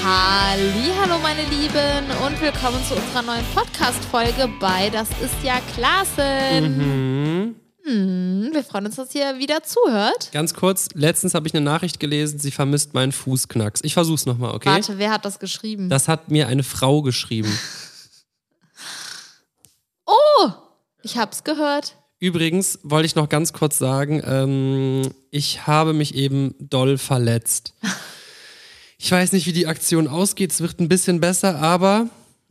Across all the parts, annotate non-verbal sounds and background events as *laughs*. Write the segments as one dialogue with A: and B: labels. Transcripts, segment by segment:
A: Hallo, meine Lieben und willkommen zu unserer neuen Podcast-Folge bei Das ist ja Klassen. Mhm. Hm, wir freuen uns, dass ihr wieder zuhört.
B: Ganz kurz, letztens habe ich eine Nachricht gelesen, sie vermisst meinen Fußknacks. Ich versuch's nochmal, okay?
A: Warte, wer hat das geschrieben?
B: Das hat mir eine Frau geschrieben.
A: oh, ich hab's gehört.
B: Übrigens wollte ich noch ganz kurz sagen, ähm, ich habe mich eben doll verletzt. Ich weiß nicht, wie die Aktion ausgeht. Es wird ein bisschen besser, aber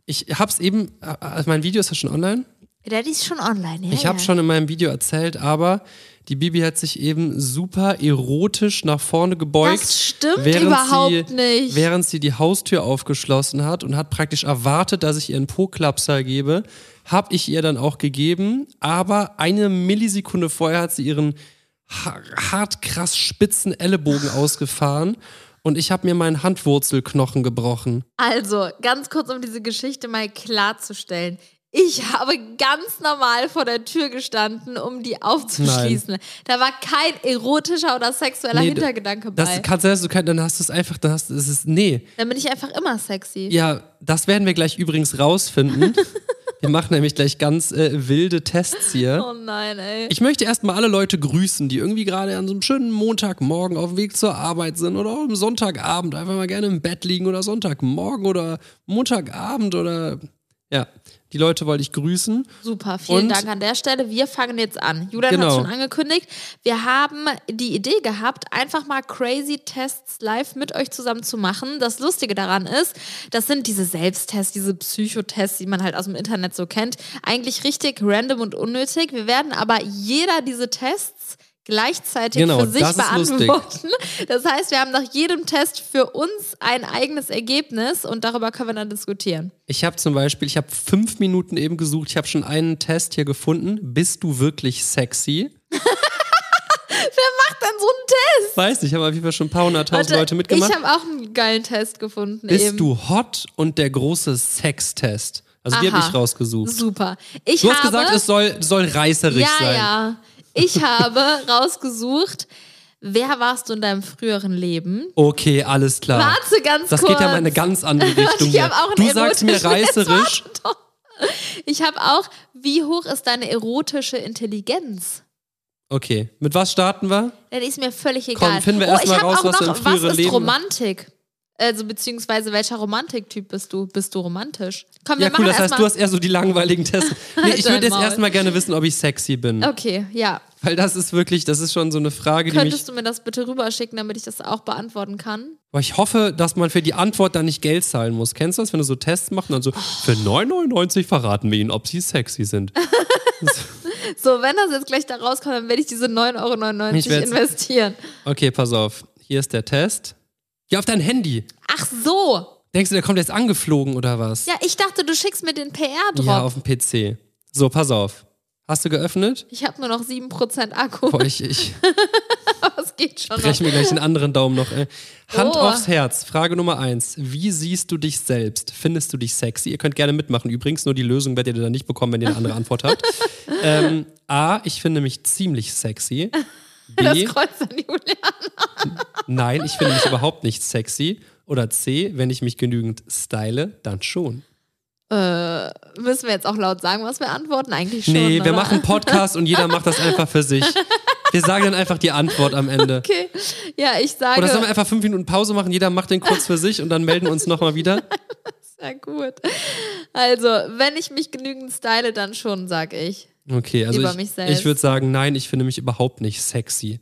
B: ich hab's eben. Also mein Video ist ja schon online.
A: Der ist schon online, ja.
B: Ich habe
A: Ah ja.
B: schon in meinem Video erzählt, aber die Bibi hat sich eben super erotisch nach vorne gebeugt.
A: Das stimmt überhaupt
B: sie,
A: nicht.
B: Während sie die Haustür aufgeschlossen hat und hat praktisch erwartet, dass ich ihr einen Po-Klapser gebe, habe ich ihr dann auch gegeben, aber eine Millisekunde vorher hat sie ihren ha- hart krass spitzen Ellenbogen
A: *laughs*
B: ausgefahren und ich habe mir meinen Handwurzelknochen gebrochen.
A: Also, ganz kurz, um diese Geschichte mal klarzustellen. Ich habe ganz normal vor der Tür gestanden, um die aufzuschließen. Da war kein erotischer oder sexueller
B: Nee, d-
A: Hintergedanke bei.
B: Das kannst du, also, kein- dann hast du es einfach, dann hast du es ist nee.
A: Dann bin ich einfach immer sexy.
B: Ja, das werden wir gleich
A: *laughs*
B: übrigens rausfinden. wir machen nämlich gleich ganz äh, wilde Tests hier.
A: Oh nein, ey.
B: Ich möchte erstmal alle Leute grüßen, die irgendwie gerade an so einem schönen Montagmorgen auf dem Weg zur Arbeit sind oder auch am Sonntagabend einfach mal gerne im Bett liegen oder Sonntagmorgen oder Montagabend oder ja, die Leute wollte ich grüßen.
A: Super, vielen
B: Und-
A: Dank an der Stelle. Wir fangen jetzt an. Julian hat
B: Genau.
A: schon angekündigt. Wir haben die Idee gehabt, einfach mal Crazy Tests live mit euch zusammen zu machen. Das Lustige daran ist, das sind diese Selbsttests, diese Psychotests, die man halt aus dem Internet so kennt. Eigentlich richtig random und unnötig. Wir werden aber jeder diese Tests gleichzeitig
B: Genau,
A: für sich
B: das ist lustig.
A: beantworten. Das heißt, wir haben nach jedem Test für uns ein eigenes Ergebnis und darüber können wir dann diskutieren.
B: Ich habe zum Beispiel, ich habe fünf Minuten eben gesucht, ich habe schon einen Test hier gefunden. Bist du wirklich sexy?
A: Macht dann so einen Test!
B: Weiß nicht, haben auf jeden Fall schon ein paar hunderttausend
A: Warte,
B: Leute mitgemacht.
A: Ich habe auch einen geilen Test gefunden.
B: Bist
A: eben.
B: du hot und der große Sextest? Also die habe
A: Aha.
B: ich rausgesucht.
A: Super. Ich
B: Du
A: habe,
B: hast gesagt, es soll, soll reißerisch
A: ja,
B: sein.
A: ja. Ich habe *laughs* rausgesucht, wer warst du in deinem früheren Leben?
B: Okay, alles klar.
A: Warte ganz
B: das
A: kurz.
B: geht ja mal in eine ganz andere Richtung.
A: *laughs* Ich
B: hier.
A: hab auch einen
B: du sagst mir
A: erotischen
B: reißerisch.
A: Ich habe auch, wie hoch ist deine erotische Intelligenz?
B: Okay, mit was starten wir?
A: Das ist mir völlig egal.
B: Komm, finden wir
A: oh,
B: erst
A: ich
B: mal
A: habe
B: raus,
A: auch
B: was du
A: noch,
B: im
A: was
B: früheren
A: ist
B: Leben-
A: Romantik? Also beziehungsweise welcher Romantiktyp bist du? Bist du romantisch? Komm, wir
B: ja, cool,
A: machen
B: das heißt,
A: erstmal.
B: du hast eher so die langweiligen
A: *laughs*
B: Tests. Nee, ich
A: Dein
B: würde jetzt
A: Maul.
B: erstmal gerne wissen, ob ich sexy bin.
A: okay, ja.
B: Weil das ist wirklich, das ist schon so eine Frage, die mich.
A: Könntest du mir das bitte rüberschicken, damit ich das auch beantworten kann?
B: Boah, ich hoffe, dass man für die Antwort dann nicht Geld zahlen muss. Kennst du das, wenn du so Tests machst und dann so,
A: Oh.
B: für 9,99 verraten wir ihnen, ob sie sexy sind.
A: So, wenn das jetzt gleich da rauskommt, dann werde ich diese 9,99
B: Ich
A: Euro
B: werd's-
A: investieren.
B: Okay, pass auf. Hier ist der Test. Ja, auf dein Handy.
A: Ach so.
B: Denkst du, der kommt jetzt angeflogen oder was?
A: Ja, ich dachte, du schickst mir den PR-Drop.
B: Ja, auf dem PC. So, pass auf. Hast du geöffnet?
A: ich habe nur noch 7% Akku.
B: Boah, ich, ich
A: Das geht schon noch.
B: breche mir gleich den anderen Daumen noch. Ey. Hand
A: Oh.
B: aufs Herz. Frage Nummer eins. Wie siehst du dich selbst? Findest du dich sexy? Ihr könnt gerne mitmachen. Übrigens, nur die Lösung werdet ihr dann nicht bekommen, wenn ihr eine andere
A: *laughs*
B: Antwort habt. ähm, A, ich finde mich
A: *laughs*
B: ziemlich sexy.
A: Das
B: B,
A: Kreuz an Julia.
B: nein, ich finde mich überhaupt nicht sexy. Oder C, wenn ich mich genügend style, dann schon.
A: Müssen wir jetzt auch laut sagen, was wir antworten? Eigentlich schon.
B: nee, wir
A: oder?
B: machen Podcast und jeder macht das einfach für sich. Wir sagen dann einfach die Antwort am Ende.
A: Okay. also Ja, ich sage.
B: Oder sollen wir einfach fünf Minuten Pause machen, jeder macht den kurz für sich und dann melden wir uns nochmal wieder?
A: ja, gut. Also, wenn ich mich genügend style, dann schon, sag ich.
B: Okay, also
A: Über
B: ich,
A: mich selbst.
B: ich würde sagen, nein, ich finde mich überhaupt nicht sexy.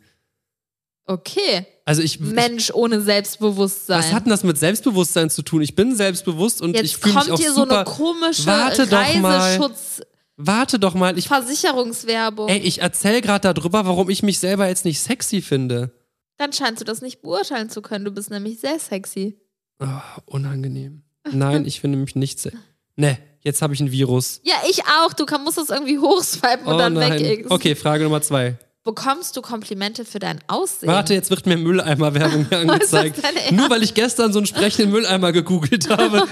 A: Okay.
B: Also ich, ich
A: Mensch ohne Selbstbewusstsein.
B: was hat denn das mit Selbstbewusstsein zu tun? Ich bin selbstbewusst und ich
A: Jetzt
B: fühle mich
A: kommt
B: auch
A: hier so eine
B: super.
A: komische
B: Warte doch mal.
A: Reiseschutz.
B: Warte doch mal, ich,
A: Versicherungswerbung.
B: ey, ich erzähle gerade darüber, warum ich mich selber jetzt nicht sexy finde.
A: Dann scheinst du das nicht beurteilen zu können. Du bist nämlich sehr sexy.
B: Ah, unangenehm. Nein, ich finde mich nicht sexy. Ne, jetzt habe ich ein Virus.
A: Ja, ich auch. Du kann, musst das irgendwie *laughs* hochswipen und
B: oh
A: dann
B: nein.
A: weg.
B: Okay, Frage Nummer zwei.
A: Bekommst du Komplimente für dein Aussehen?
B: Warte, jetzt wird mir Mülleimer-Werbung hier angezeigt.
A: dein Ernst?
B: Nur weil ich gestern so einen sprechenden Mülleimer gegoogelt habe.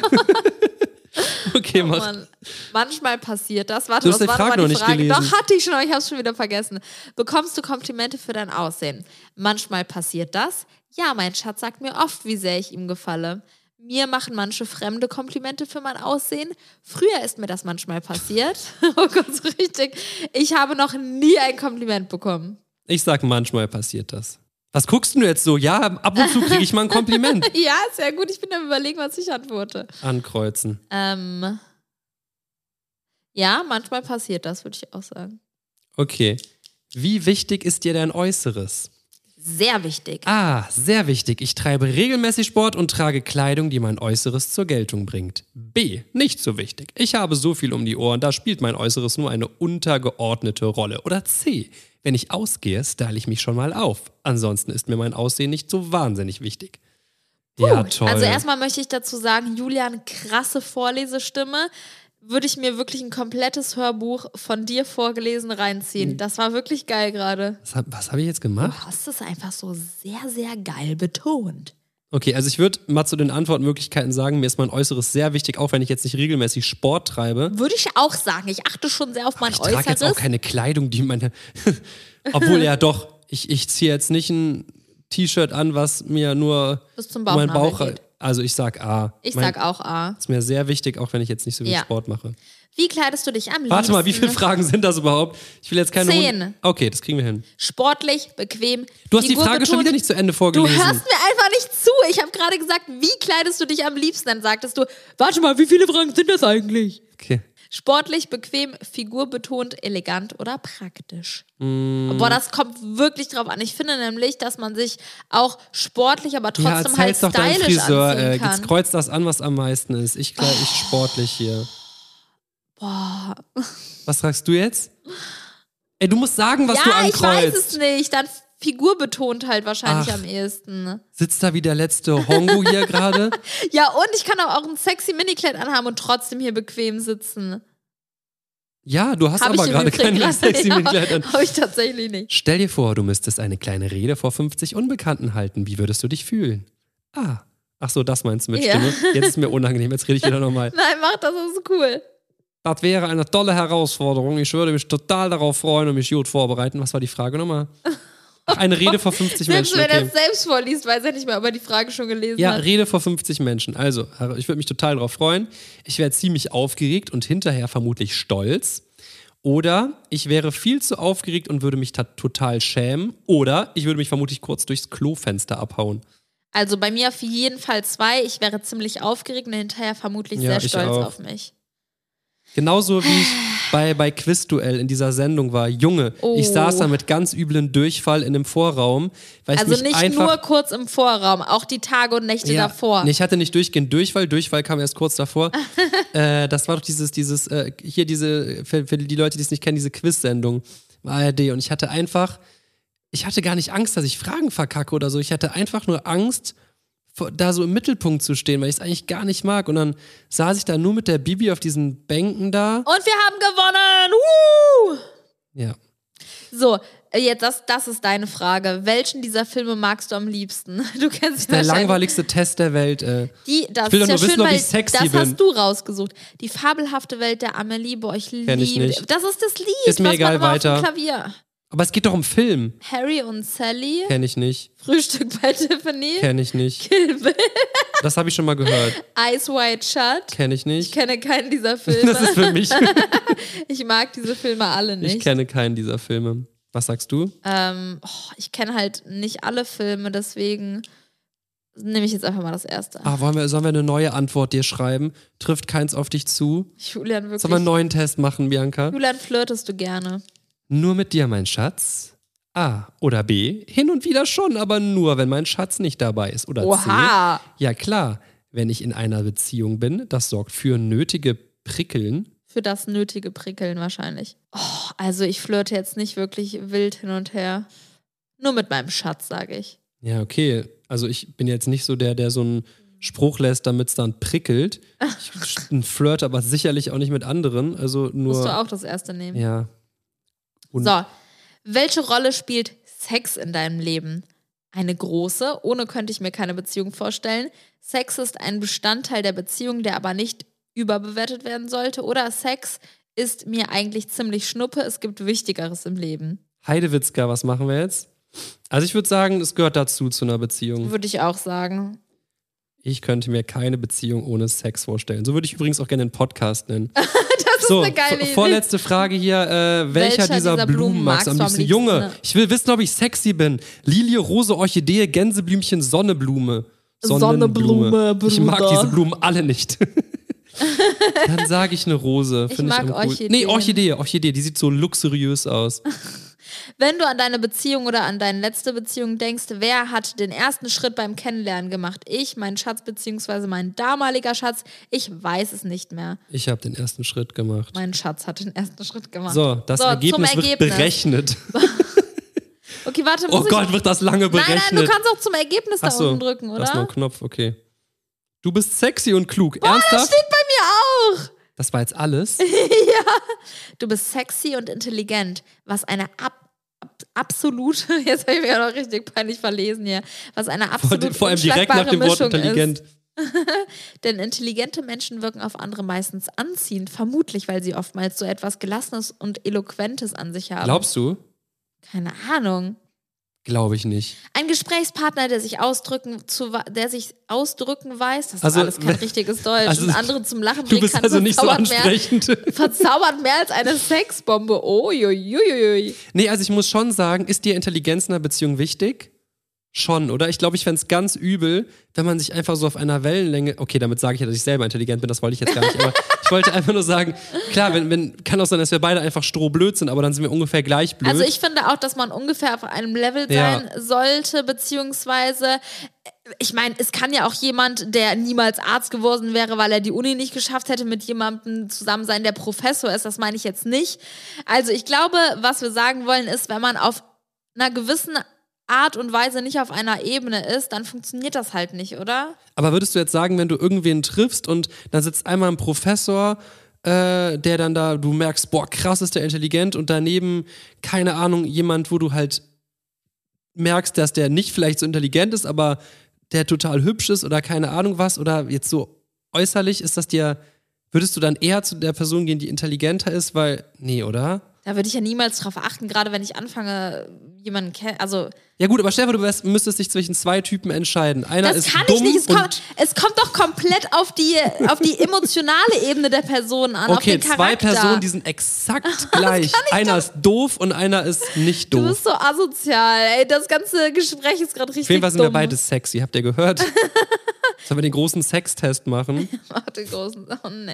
B: okay, mach.
A: Oh Mann, manchmal passiert das. Warte,
B: Du
A: was
B: hast die
A: war
B: Frage
A: nochmal die
B: noch nicht
A: Frage?
B: gelesen.
A: Doch, hatte ich schon, aber ich habe es schon wieder vergessen. Bekommst du Komplimente für dein Aussehen? Manchmal passiert das. Ja, mein Schatz sagt mir oft, wie sehr ich ihm gefalle. Mir machen manche fremde Komplimente für mein Aussehen. Früher ist mir das manchmal passiert. *laughs* oh Gott, so richtig. Ich habe noch nie ein Kompliment bekommen.
B: Ich sag, manchmal passiert das. Was guckst du jetzt so? Ja, ab und zu kriege ich mal
A: *laughs*
B: ein Kompliment.
A: Ja, sehr gut. Ich bin am überlegen, was ich antworte.
B: Ankreuzen.
A: Ähm, ja, manchmal passiert das, würde ich auch sagen.
B: Okay. Wie wichtig ist dir dein Äußeres?
A: Sehr wichtig.
B: Ah, sehr wichtig. Ich treibe regelmäßig Sport und trage Kleidung, die mein Äußeres zur Geltung bringt. B. Nicht so wichtig. Ich habe so viel um die Ohren, da spielt mein Äußeres nur eine untergeordnete Rolle. Oder C. Wenn ich ausgehe, style ich mich schon mal auf. Ansonsten ist mir mein Aussehen nicht so wahnsinnig wichtig. ja,
A: Gut.
B: toll.
A: Also erstmal möchte ich dazu sagen, Julian, krasse Vorlesestimme. Würde ich mir wirklich ein komplettes Hörbuch von dir vorgelesen
B: Mhm.
A: reinziehen. Das war wirklich geil gerade.
B: was habe hab ich jetzt
A: Du
B: gemacht?
A: hast es einfach so sehr, sehr geil betont.
B: Okay, also ich würde mal zu den Antwortmöglichkeiten sagen, mir ist mein Äußeres sehr wichtig, auch wenn ich jetzt nicht regelmäßig Sport treibe.
A: Würde ich auch sagen. Ich achte schon sehr auf mein
B: Ich trage jetzt auch
A: Äußeres.
B: keine Kleidung, die meine. *laughs* Obwohl, ja, doch. Ich, ich ziehe jetzt nicht ein T-Shirt an, was mir nur
A: Bis zum
B: mein
A: Bauchnabel
B: Bauch.
A: geht.
B: Also, ich sag A.
A: Ich
B: mein,
A: sag auch A.
B: Ist mir sehr wichtig, auch wenn ich jetzt nicht so viel
A: Ja.
B: Sport mache.
A: Wie kleidest du dich am liebsten?
B: Warte mal, wie viele Fragen sind das überhaupt? Ich will jetzt keine.
A: Zehn.
B: Hund- Okay, das kriegen wir hin.
A: Sportlich, bequem.
B: Du hast die
A: Figur
B: Frage schon
A: betont.
B: wieder nicht zu Ende
A: Du
B: vorgelesen.
A: hörst mir einfach nicht zu. Ich habe gerade gesagt, wie kleidest du dich am liebsten? Dann sagtest du, warte mal, wie viele Fragen sind das eigentlich?
B: okay.
A: Sportlich, bequem, figurbetont, elegant oder praktisch.
B: Mm.
A: Boah, das kommt wirklich drauf an. Ich finde nämlich, dass man sich auch sportlich, aber
B: Ja,
A: trotzdem halt
B: erzähl's doch deinem
A: stylisch
B: Friseur. Äh,
A: anziehen
B: jetzt
A: kann. Ah.
B: kreuz das an, was am meisten ist. Ich kleide ich sportlich hier.
A: Boah.
B: Was sagst du jetzt? Ey, du musst sagen, was du
A: Ja, ich
B: ankreuzt.
A: weiß es nicht. Dann figurbetont halt wahrscheinlich
B: Ach.
A: am ehesten.
B: Sitzt da wie der letzte Hongo
A: *laughs*
B: hier gerade?
A: Ja, und ich kann aber auch ein sexy Minikleid anhaben und trotzdem hier bequem sitzen.
B: Ja, du hast
A: Hab
B: aber
A: ich im
B: gerade
A: Übrigen *laughs*
B: keine sexy Minikleid an.
A: ja, Habe ich tatsächlich nicht.
B: Stell dir vor, du müsstest eine kleine Rede vor 50 Unbekannten halten. Wie würdest du dich fühlen? Ah. Ach so, das meinst du mit
A: Ja.
B: Stimme? Jetzt ist mir unangenehm, jetzt rede
A: *laughs*
B: ich wieder nochmal.
A: Nein, mach das, das ist cool.
B: Das wäre eine tolle Herausforderung. Ich würde mich total darauf freuen und mich gut vorbereiten. Was war die
A: *laughs*
B: Frage nochmal? Ach, eine Rede vor 50
A: Selbst
B: Menschen.
A: wenn er
B: Okay.
A: es selbst vorliest, weiß er nicht mehr, ob er die Frage schon gelesen
B: Ja,
A: hat.
B: Rede vor 50 Menschen. Also, ich würde mich total darauf freuen. Ich wäre ziemlich aufgeregt und hinterher vermutlich stolz. Oder ich wäre viel zu aufgeregt und würde mich ta- total schämen. Oder ich würde mich vermutlich kurz durchs Klofenster abhauen.
A: Also bei mir auf jeden Fall zwei. Ich wäre ziemlich aufgeregt und hinterher vermutlich
B: Ja,
A: sehr
B: ich
A: stolz
B: auch.
A: auf mich.
B: Genauso wie ich bei, bei Quizduell in dieser Sendung war. Junge,
A: Oh.
B: ich saß da mit ganz üblen Durchfall in dem Vorraum, weil ich
A: Also
B: mich
A: nicht
B: einfach...
A: nur kurz im Vorraum, auch die Tage und Nächte davor.
B: nee, Ich hatte nicht durchgehend Durchfall, Durchfall kam erst kurz davor. äh, das war doch dieses, dieses, äh, hier diese, für, für die Leute, die es nicht kennen, diese Quiz-Sendung im ARD. Und ich hatte einfach, ich hatte gar nicht Angst, dass ich Fragen verkacke oder so. Ich hatte einfach nur Angst, vor- da so im Mittelpunkt zu stehen, weil ich es eigentlich gar nicht mag. Und dann saß ich da nur mit der Bibi auf diesen Bänken da.
A: Und wir haben gewonnen! Woo!
B: Ja.
A: So, äh, jetzt das, das ist deine Frage. Welchen dieser Filme magst du am liebsten? *laughs* Du kennst
B: Der
A: wahrscheinlich
B: langweiligste Test der Welt. Äh.
A: Die, das
B: Ich will
A: ist
B: doch
A: ja
B: nur
A: schön,
B: wissen, ob
A: weil
B: ich sexy
A: das
B: bin.
A: hast du rausgesucht. Die fabelhafte Welt der Amelie, boah, ich
B: Kenn ich
A: liebe.
B: nicht.
A: Das ist das Lied,
B: Ist mir
A: was
B: egal,
A: man immer
B: weiter.
A: auf dem Klavier.
B: Aber es geht doch um Film.
A: Harry und Sally,
B: Kenn ich nicht.
A: Frühstück bei Tiffany,
B: Kenn ich nicht. Das habe ich schon mal gehört.
A: Eyes Wide Shut.
B: Kenn ich
A: Ich
B: nicht.
A: kenne keinen dieser
B: *laughs* Das
A: Filme.
B: ist für mich.
A: Ich mag diese Filme alle
B: Ich
A: nicht.
B: kenne keinen dieser Filme. Was sagst du?
A: ähm, oh, ich kenne halt nicht alle Filme, deswegen nehme ich jetzt einfach mal das erste.
B: Ah, wollen wir, sollen wir eine neue Antwort dir schreiben? Trifft keins auf dich zu?
A: Julian,
B: Sollen wir einen
A: wirklich.
B: neuen Test machen, Bianca?
A: Julian, flirtest du gerne?
B: Nur mit dir, mein Schatz? A. Oder B. Hin und wieder schon, aber nur, wenn mein Schatz nicht dabei ist. Oder C.
A: Oha!
B: Ja, klar. Wenn ich in einer Beziehung bin, das sorgt für nötige Prickeln.
A: für das nötige Prickeln wahrscheinlich. Oh, also ich flirte jetzt nicht wirklich wild hin und her. Nur mit meinem Schatz, sage ich.
B: Ja, okay. Also ich bin jetzt nicht so der, der so einen Spruch lässt, damit es
A: *laughs*
B: dann prickelt. Ich flirt aber sicherlich auch nicht mit anderen. Also nur.
A: Musst du auch das erste nehmen.
B: Ja. Und
A: So, welche Rolle spielt Sex in deinem Leben? Eine große, ohne könnte ich mir keine Beziehung vorstellen. Sex ist ein Bestandteil der Beziehung, der aber nicht überbewertet werden sollte. Oder Sex ist mir eigentlich ziemlich schnuppe, es gibt Wichtigeres im Leben.
B: Heidewitzka, was machen wir jetzt? Also ich würde sagen, es gehört dazu zu einer Beziehung.
A: Würde ich auch sagen.
B: ich könnte mir keine Beziehung ohne Sex vorstellen. So würde ich übrigens auch gerne einen Podcast nennen.
A: *laughs* Das ist
B: so,
A: eine geile
B: v-
A: Idee.
B: vorletzte Frage hier. Äh, welcher,
A: Welcher
B: dieser,
A: dieser
B: Blumen, magst du am liebsten? Junge,
A: ne?
B: ich will wissen, ob ich sexy bin. Lilie, Rose, Orchidee, Gänseblümchen, Sonneblume.
A: Sonnenblume,
B: Ich mag
A: Bruder.
B: diese Blumen alle
A: *laughs*
B: nicht. Dann sage ich eine Rose.
A: Ich
B: Find
A: mag
B: am cool-
A: Orchideen.
B: Nee, Orchidee, Orchidee. Die sieht so luxuriös aus.
A: Wenn du an deine Beziehung oder an deine letzte Beziehung denkst, wer hat den ersten Schritt beim Kennenlernen gemacht? Ich, mein Schatz, beziehungsweise mein damaliger Schatz. Ich weiß es nicht mehr.
B: Ich habe den ersten Schritt gemacht.
A: Mein Schatz hat den ersten Schritt gemacht.
B: So, das
A: zum
B: Ergebnis wird berechnet.
A: Okay, warte, muss
B: Oh Gott, wird das lange
A: ich... Nein,
B: berechnet.
A: nein, du kannst auch zum Ergebnis da
B: Ach so,
A: unten drücken, oder?
B: Da ist noch ein Knopf, okay. Du bist sexy und klug.
A: Das
B: Ernsthaft?
A: steht bei mir auch.
B: Das war
A: *laughs*
B: jetzt alles.
A: Du bist sexy und intelligent, was eine ab, ab, absolute, *laughs* jetzt habe ich mich auch noch richtig peinlich verlesen hier, was eine
B: Vor,
A: absolut
B: vor allem direkt nach dem Wort
A: unschlagbare Mischung
B: intelligent.
A: Ist. Denn intelligente Menschen wirken auf andere meistens anziehend, vermutlich, weil sie oftmals so etwas Gelassenes und Eloquentes an sich haben.
B: Glaubst du?
A: Keine Ahnung.
B: Glaube ich nicht.
A: Ein Gesprächspartner, der sich ausdrücken, zu, wa- der sich ausdrücken weiß, das
B: Also,
A: ist alles kein
B: wenn-
A: richtiges Deutsch,
B: also,
A: und andere zum Lachen
B: Du
A: bringen
B: bist
A: kann,
B: also nicht so
A: verzaubert mehr,
B: ansprechend.
A: verzaubert mehr als eine Sexbombe. Uiuiuiui.
B: Nee, also ich muss schon sagen, ist dir Intelligenz in einer Beziehung wichtig? Schon, oder? Ich glaube, ich fänd's ganz übel, wenn man sich einfach so auf einer Wellenlänge. Okay, damit sage ich ja, dass ich selber intelligent bin, das wollte ich jetzt gar nicht. Aber ich wollte einfach nur sagen, klar, wenn, wenn, kann auch sein, dass wir beide einfach strohblöd sind, aber dann sind wir ungefähr gleich blöd.
A: Also ich finde auch, dass man ungefähr auf einem Level
B: Ja.
A: sein sollte, beziehungsweise, äh, ich meine, es kann ja auch jemand, der niemals Arzt geworden wäre, weil er die Uni nicht geschafft hätte, mit jemandem zusammen sein, der Professor ist. Das meine ich jetzt nicht. Also ich glaube, was wir sagen wollen, ist, wenn man auf einer gewissen Art und Weise nicht auf einer Ebene ist, dann funktioniert das halt nicht, oder?
B: Aber würdest du jetzt sagen, wenn du irgendwen triffst und dann sitzt einmal ein Professor, äh, der dann da, du merkst, boah, krass ist der intelligent und daneben, keine Ahnung, jemand, wo du halt merkst, dass der nicht vielleicht so intelligent ist, aber der total hübsch ist oder keine Ahnung was oder jetzt so äußerlich, ist das dir, würdest du dann eher zu der Person gehen, die intelligenter ist, weil, nee, oder?
A: Da würde ich ja niemals drauf achten, gerade wenn ich anfange, jemanden kennen, also
B: Ja gut, aber Stefan, du wärst- müsstest dich zwischen zwei Typen entscheiden. Einer
A: Das
B: ist
A: kann
B: dumm
A: ich nicht. Es
B: und
A: kommt, es kommt doch komplett auf die, auf die emotionale Ebene der Person an, auf
B: Okay,
A: den
B: zwei
A: Charakter.
B: Personen, die
A: *laughs*
B: sind exakt gleich. Einer ist doof und einer ist nicht
A: du
B: doof.
A: bist so asozial. Ey, das ganze Gespräch ist gerade richtig
B: Auf jeden Fall sind
A: dumm. *laughs*
B: wir beide sexy, habt ihr gehört? Sollen wir den großen
A: *laughs*
B: Sextest machen?
A: Ach, den großen. Oh nee.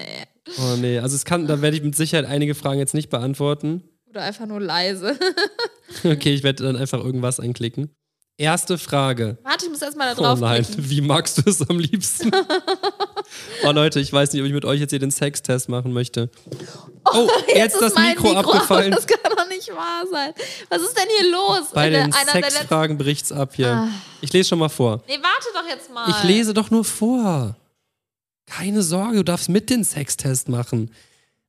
B: Oh nee, also es kann, da werde ich mit Sicherheit einige Fragen jetzt nicht beantworten. *laughs*
A: Oder einfach nur leise. *laughs*
B: Okay, ich werde dann einfach irgendwas anklicken. Erste Frage.
A: Warte, ich muss erstmal da
B: Oh
A: drauf
B: nein,
A: klicken.
B: wie magst du es am
A: *laughs*
B: liebsten? oh Leute, ich weiß nicht, ob ich mit euch jetzt hier den Sextest machen möchte. Oh, jetzt,
A: ist
B: das
A: mein
B: Mikro, abgefallen.
A: *laughs* Das kann doch nicht wahr sein. Was ist denn hier los? Äh,
B: Bei
A: Eine-
B: den Sexfragen bricht's ab hier.
A: Ah.
B: Ich lese schon mal vor.
A: Nee, warte doch jetzt mal.
B: Ich lese doch nur vor. Keine Sorge, du darfst mit den Sextest machen.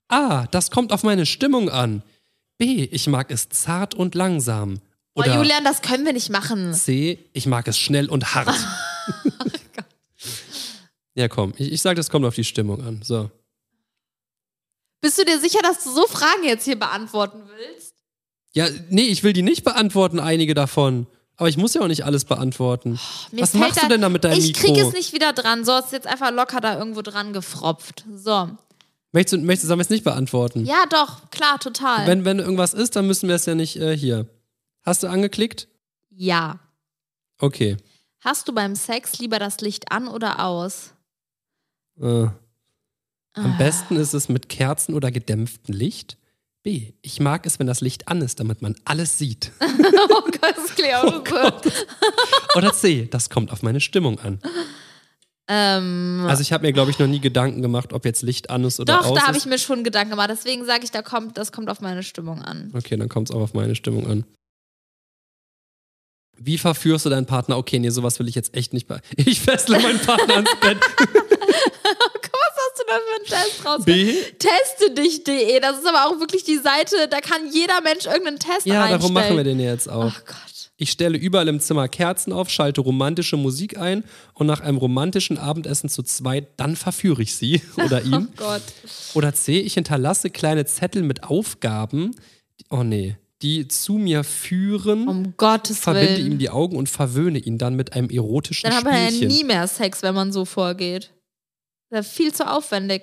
B: A. Das kommt auf meine Stimmung an. B. Ich mag es zart und langsam.
A: Boah,
B: Oder
A: Julian, das können wir nicht machen.
B: C. Ich mag es schnell und
A: *laughs*
B: hart. ja, komm. Ich, ich sag, das kommt auf die Stimmung an. So.
A: Bist du dir sicher, dass du so Fragen jetzt hier beantworten willst?
B: Ja, nee, ich will die nicht beantworten, einige davon. Aber ich muss ja auch nicht alles beantworten.
A: Mir
B: Was
A: fällt
B: machst du
A: da-
B: denn da mit deinem
A: ich
B: Mikro?
A: krieg es nicht wieder dran. So, ist jetzt einfach locker da irgendwo dran gefropft. So.
B: Möchtest du, möchtest du es nicht beantworten?
A: Ja, doch, klar, total.
B: Wenn, wenn irgendwas ist, dann müssen wir es ja nicht äh, hier. Hast du angeklickt?
A: ja.
B: Okay.
A: Hast du beim Sex lieber das Licht an oder aus? *laughs*
B: Äh. Am
A: Ah.
B: besten ist es mit Kerzen oder gedämpftem Licht. B. Ich mag es, wenn das Licht an ist, damit man alles
A: *laughs*
B: sieht. *laughs*
A: Oh Gott, das klingt auch so.
B: Oder C. Das kommt auf meine Stimmung an.
A: ähm,
B: Also ich habe mir, glaube ich, noch nie Gedanken gemacht, ob jetzt Licht an ist oder
A: Doch,
B: aus
A: da habe ich
B: ist.
A: mir schon Gedanken gemacht. Deswegen sage ich, da kommt, das kommt auf meine Stimmung an.
B: Okay, dann kommt es auch auf meine Stimmung an. Wie verführst du deinen Partner? Okay, nee, sowas will ich jetzt echt nicht. Bei *laughs* ich fessle meinen Partner ans Bett.
A: Was hast du da für einen Test raus?
B: B.
A: Teste dich.de, das ist aber auch wirklich die Seite, da kann jeder Mensch irgendeinen Test
B: Ja,
A: reinstellen.
B: darum machen wir den ja jetzt auch.
A: Oh Gott.
B: Ich stelle überall im Zimmer Kerzen auf, schalte romantische Musik ein und nach einem romantischen Abendessen zu zweit, dann verführe ich sie *laughs*
A: *laughs*
B: oder ihn.
A: Gott.
B: Oder C, ich hinterlasse kleine Zettel mit Aufgaben. die- Oh nee, die zu mir führen,
A: Um Gottes
B: verbinde
A: Willen.
B: ihm die Augen und verwöhne ihn dann mit einem erotischen
A: Dann hat man ja
B: Spielchen.
A: nie mehr Sex, wenn man so vorgeht. Das ist ja viel zu aufwendig.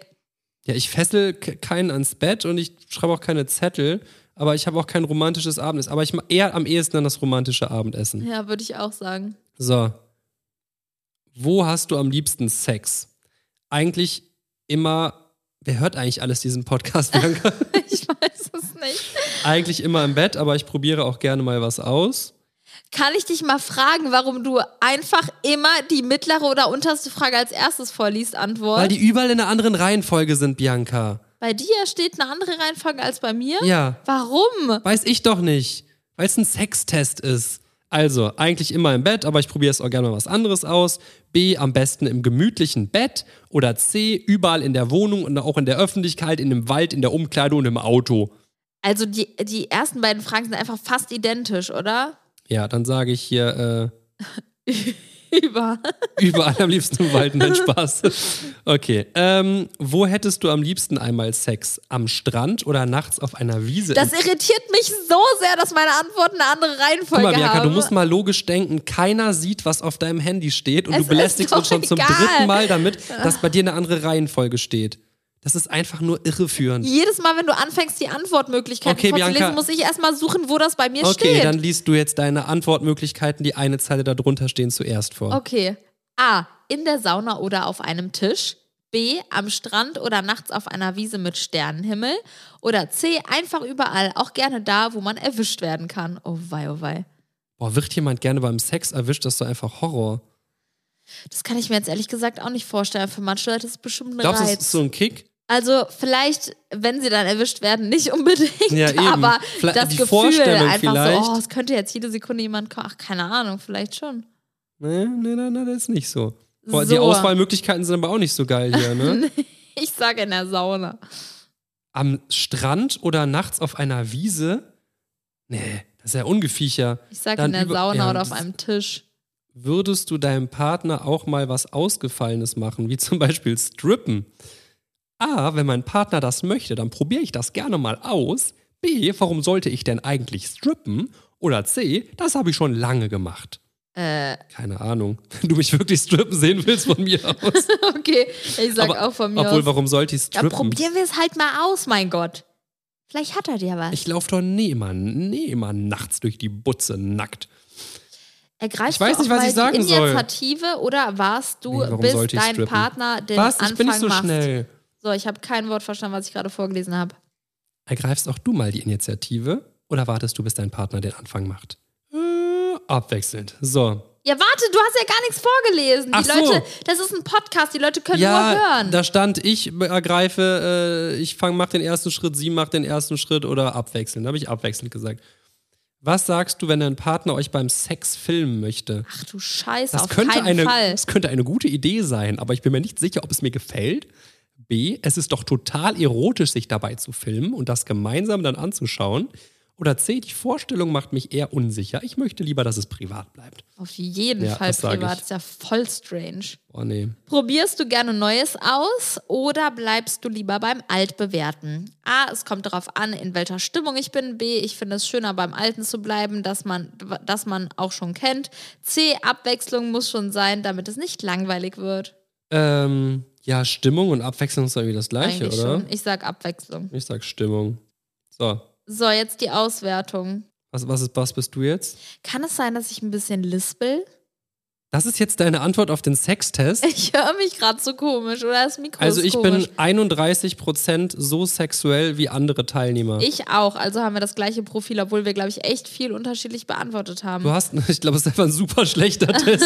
B: Ja, ich fessel ke- keinen ans Bett und ich schreibe auch keine Zettel, aber ich habe auch kein romantisches Abendessen. Aber ich mache eher am ehesten dann das romantische Abendessen.
A: Ja, würde ich auch sagen. *laughs*
B: So. Wo hast du am liebsten Sex? Eigentlich immer, wer hört eigentlich alles diesen Podcast? Bianca?
A: Ich weiß es nicht.
B: eigentlich immer im Bett, aber ich probiere auch gerne mal was aus.
A: Kann ich dich mal fragen, warum du einfach immer die mittlere oder unterste Frage als erstes vorliest,
B: Weil
A: Antwort?
B: die überall in einer anderen Reihenfolge sind, Bianca.
A: Bei dir steht eine andere Reihenfolge als bei mir?
B: Ja.
A: Warum?
B: Weiß ich doch nicht. Weil es ein Sextest ist. Also, eigentlich immer im Bett, aber ich probiere es auch gerne mal was anderes aus. B, am besten im gemütlichen Bett. Oder C, überall in der Wohnung und auch in der Öffentlichkeit, in dem Wald, in der Umkleide und im Auto.
A: Also die, die ersten beiden Fragen sind einfach fast identisch,
B: *laughs*
A: oder?
B: Ja, dann sage ich hier
A: Über.
B: äh, überall am liebsten im
A: *laughs*
B: Wald. Nein, Spaß. Okay. Ähm, wo hättest du am liebsten einmal Sex? Am Strand oder nachts auf einer Wiese?
A: Das irritiert mich so sehr, dass meine Antworten eine andere Reihenfolge
B: Guck mal, Bianca,
A: haben.
B: du musst mal logisch denken, keiner sieht, was auf deinem Handy steht und
A: Es
B: du belästigst
A: ist
B: uns schon
A: doch
B: zum
A: egal.
B: dritten Mal damit, dass bei dir eine andere Reihenfolge steht. Das ist einfach nur irreführend.
A: Jedes Mal, wenn du anfängst, die Antwortmöglichkeiten
B: Okay,
A: vorzulesen,
B: Bianca.
A: muss ich erstmal suchen, wo das bei mir
B: Okay,
A: steht.
B: dann liest du jetzt deine Antwortmöglichkeiten, die eine Zeile darunter stehen, zuerst vor.
A: okay. A. In der Sauna oder auf einem Tisch. B. Am Strand oder nachts auf einer Wiese mit Sternenhimmel. Oder C. Einfach überall, auch gerne da, wo man erwischt werden kann. Oh wei, oh wei.
B: Boah, wird jemand gerne beim Sex erwischt, das ist doch einfach Horror.
A: Das kann ich mir jetzt ehrlich gesagt auch nicht vorstellen. Für manche Leute ist es bestimmt ein
B: Glaubst du, das
A: Reiz.
B: ist so ein Kick?
A: Also vielleicht, wenn sie dann erwischt werden, nicht unbedingt,
B: Ja, eben.
A: aber
B: Vla-
A: das
B: die
A: Gefühl
B: Vorstellung
A: einfach
B: vielleicht.
A: so, oh, es könnte jetzt jede Sekunde jemand kommen. Ach, keine Ahnung, vielleicht schon.
B: Nee, nee, nee, nee, Ne, das ist nicht so. Boah, Die
A: So.
B: Auswahlmöglichkeiten sind aber auch nicht so geil
A: *laughs*
B: hier, ne?
A: Ich sage in der Sauna.
B: Am Strand oder nachts auf einer Wiese? Nee, das ist ja Ungeviecher.
A: Ich sage
B: Dann
A: in der
B: über-
A: Sauna
B: ja,
A: oder auf
B: das-
A: einem Tisch.
B: würdest du deinem Partner auch mal was Ausgefallenes machen, wie zum Beispiel strippen? A, wenn mein Partner das möchte, dann probiere ich das gerne mal aus. B, warum sollte ich denn eigentlich strippen? Oder C, das habe ich schon lange gemacht.
A: Äh, *laughs*
B: Keine Ahnung. *laughs* Wenn du mich wirklich strippen sehen willst von mir aus.
A: okay, ich sag auch von mir
B: obwohl,
A: aus.
B: warum sollte ich
A: Ja,
B: strippen?
A: probieren wir es halt mal aus, mein Gott. Vielleicht hat er dir was.
B: ich laufe doch nie immer, nie immer nachts durch die Butze nackt.
A: Ergreifst
B: Ich
A: du
B: weiß
A: auch
B: nicht, was
A: mal
B: ich sagen
A: die
B: soll.
A: Initiative oder warst du,
B: Nee, warum
A: bis
B: sollte ich
A: dein
B: strippen?
A: Partner den
B: Was?
A: Anfang
B: Ich bin nicht so
A: macht?
B: schnell.
A: So, ich habe kein Wort verstanden, was ich gerade vorgelesen habe.
B: Ergreifst auch du mal die Initiative oder wartest du, bis dein Partner den Anfang macht? Äh, abwechselnd. So.
A: Ja, warte, du hast ja gar nichts vorgelesen. Die
B: Ach so.
A: Leute, das ist ein Podcast, die Leute können nur
B: Ja,
A: hören.
B: da stand ich ergreife, äh, ich fang, mach den ersten Schritt, sie macht den ersten Schritt oder abwechselnd. Habe ich abwechselnd gesagt. Was sagst du, wenn dein Partner euch beim Sex filmen möchte?
A: Ach du Scheiße,
B: Das
A: auf
B: könnte,
A: keinen
B: eine,
A: Fall.
B: das könnte eine gute Idee sein, aber ich bin mir nicht sicher, ob es mir gefällt. B, es ist doch total erotisch, sich dabei zu filmen und das gemeinsam dann anzuschauen. Oder C, die Vorstellung macht mich eher unsicher. Ich möchte lieber, dass es privat bleibt.
A: Auf jeden
B: Ja,
A: Fall
B: das sag
A: privat.
B: ich.
A: Ist ja voll strange.
B: Oh nee.
A: Probierst du gerne Neues aus oder bleibst du lieber beim Altbewährten? A, es kommt darauf an, in welcher Stimmung ich bin. B, ich finde es schöner, beim Alten zu bleiben, dass man, dass man auch schon kennt. C, Abwechslung muss schon sein, damit es nicht langweilig wird.
B: Ähm, ja, Stimmung und Abwechslung ist irgendwie das gleiche,
A: Eigentlich
B: oder?
A: schon. Ich sag Abwechslung.
B: Ich sag Stimmung. So,
A: So, jetzt die Auswertung.
B: was, was, ist, was bist du jetzt?
A: Kann es sein, dass ich ein bisschen lispel? *laughs*
B: Das ist jetzt deine Antwort auf den Sextest.
A: Ich höre mich gerade so komisch, oder? Das Mikro
B: Also
A: ist
B: ich bin
A: komisch.
B: 31% so sexuell wie andere Teilnehmer.
A: Ich auch, also haben wir das gleiche Profil, obwohl wir, glaube ich, echt viel unterschiedlich beantwortet haben.
B: Du hast, *laughs* ich glaube, es ist einfach ein super schlechter Test.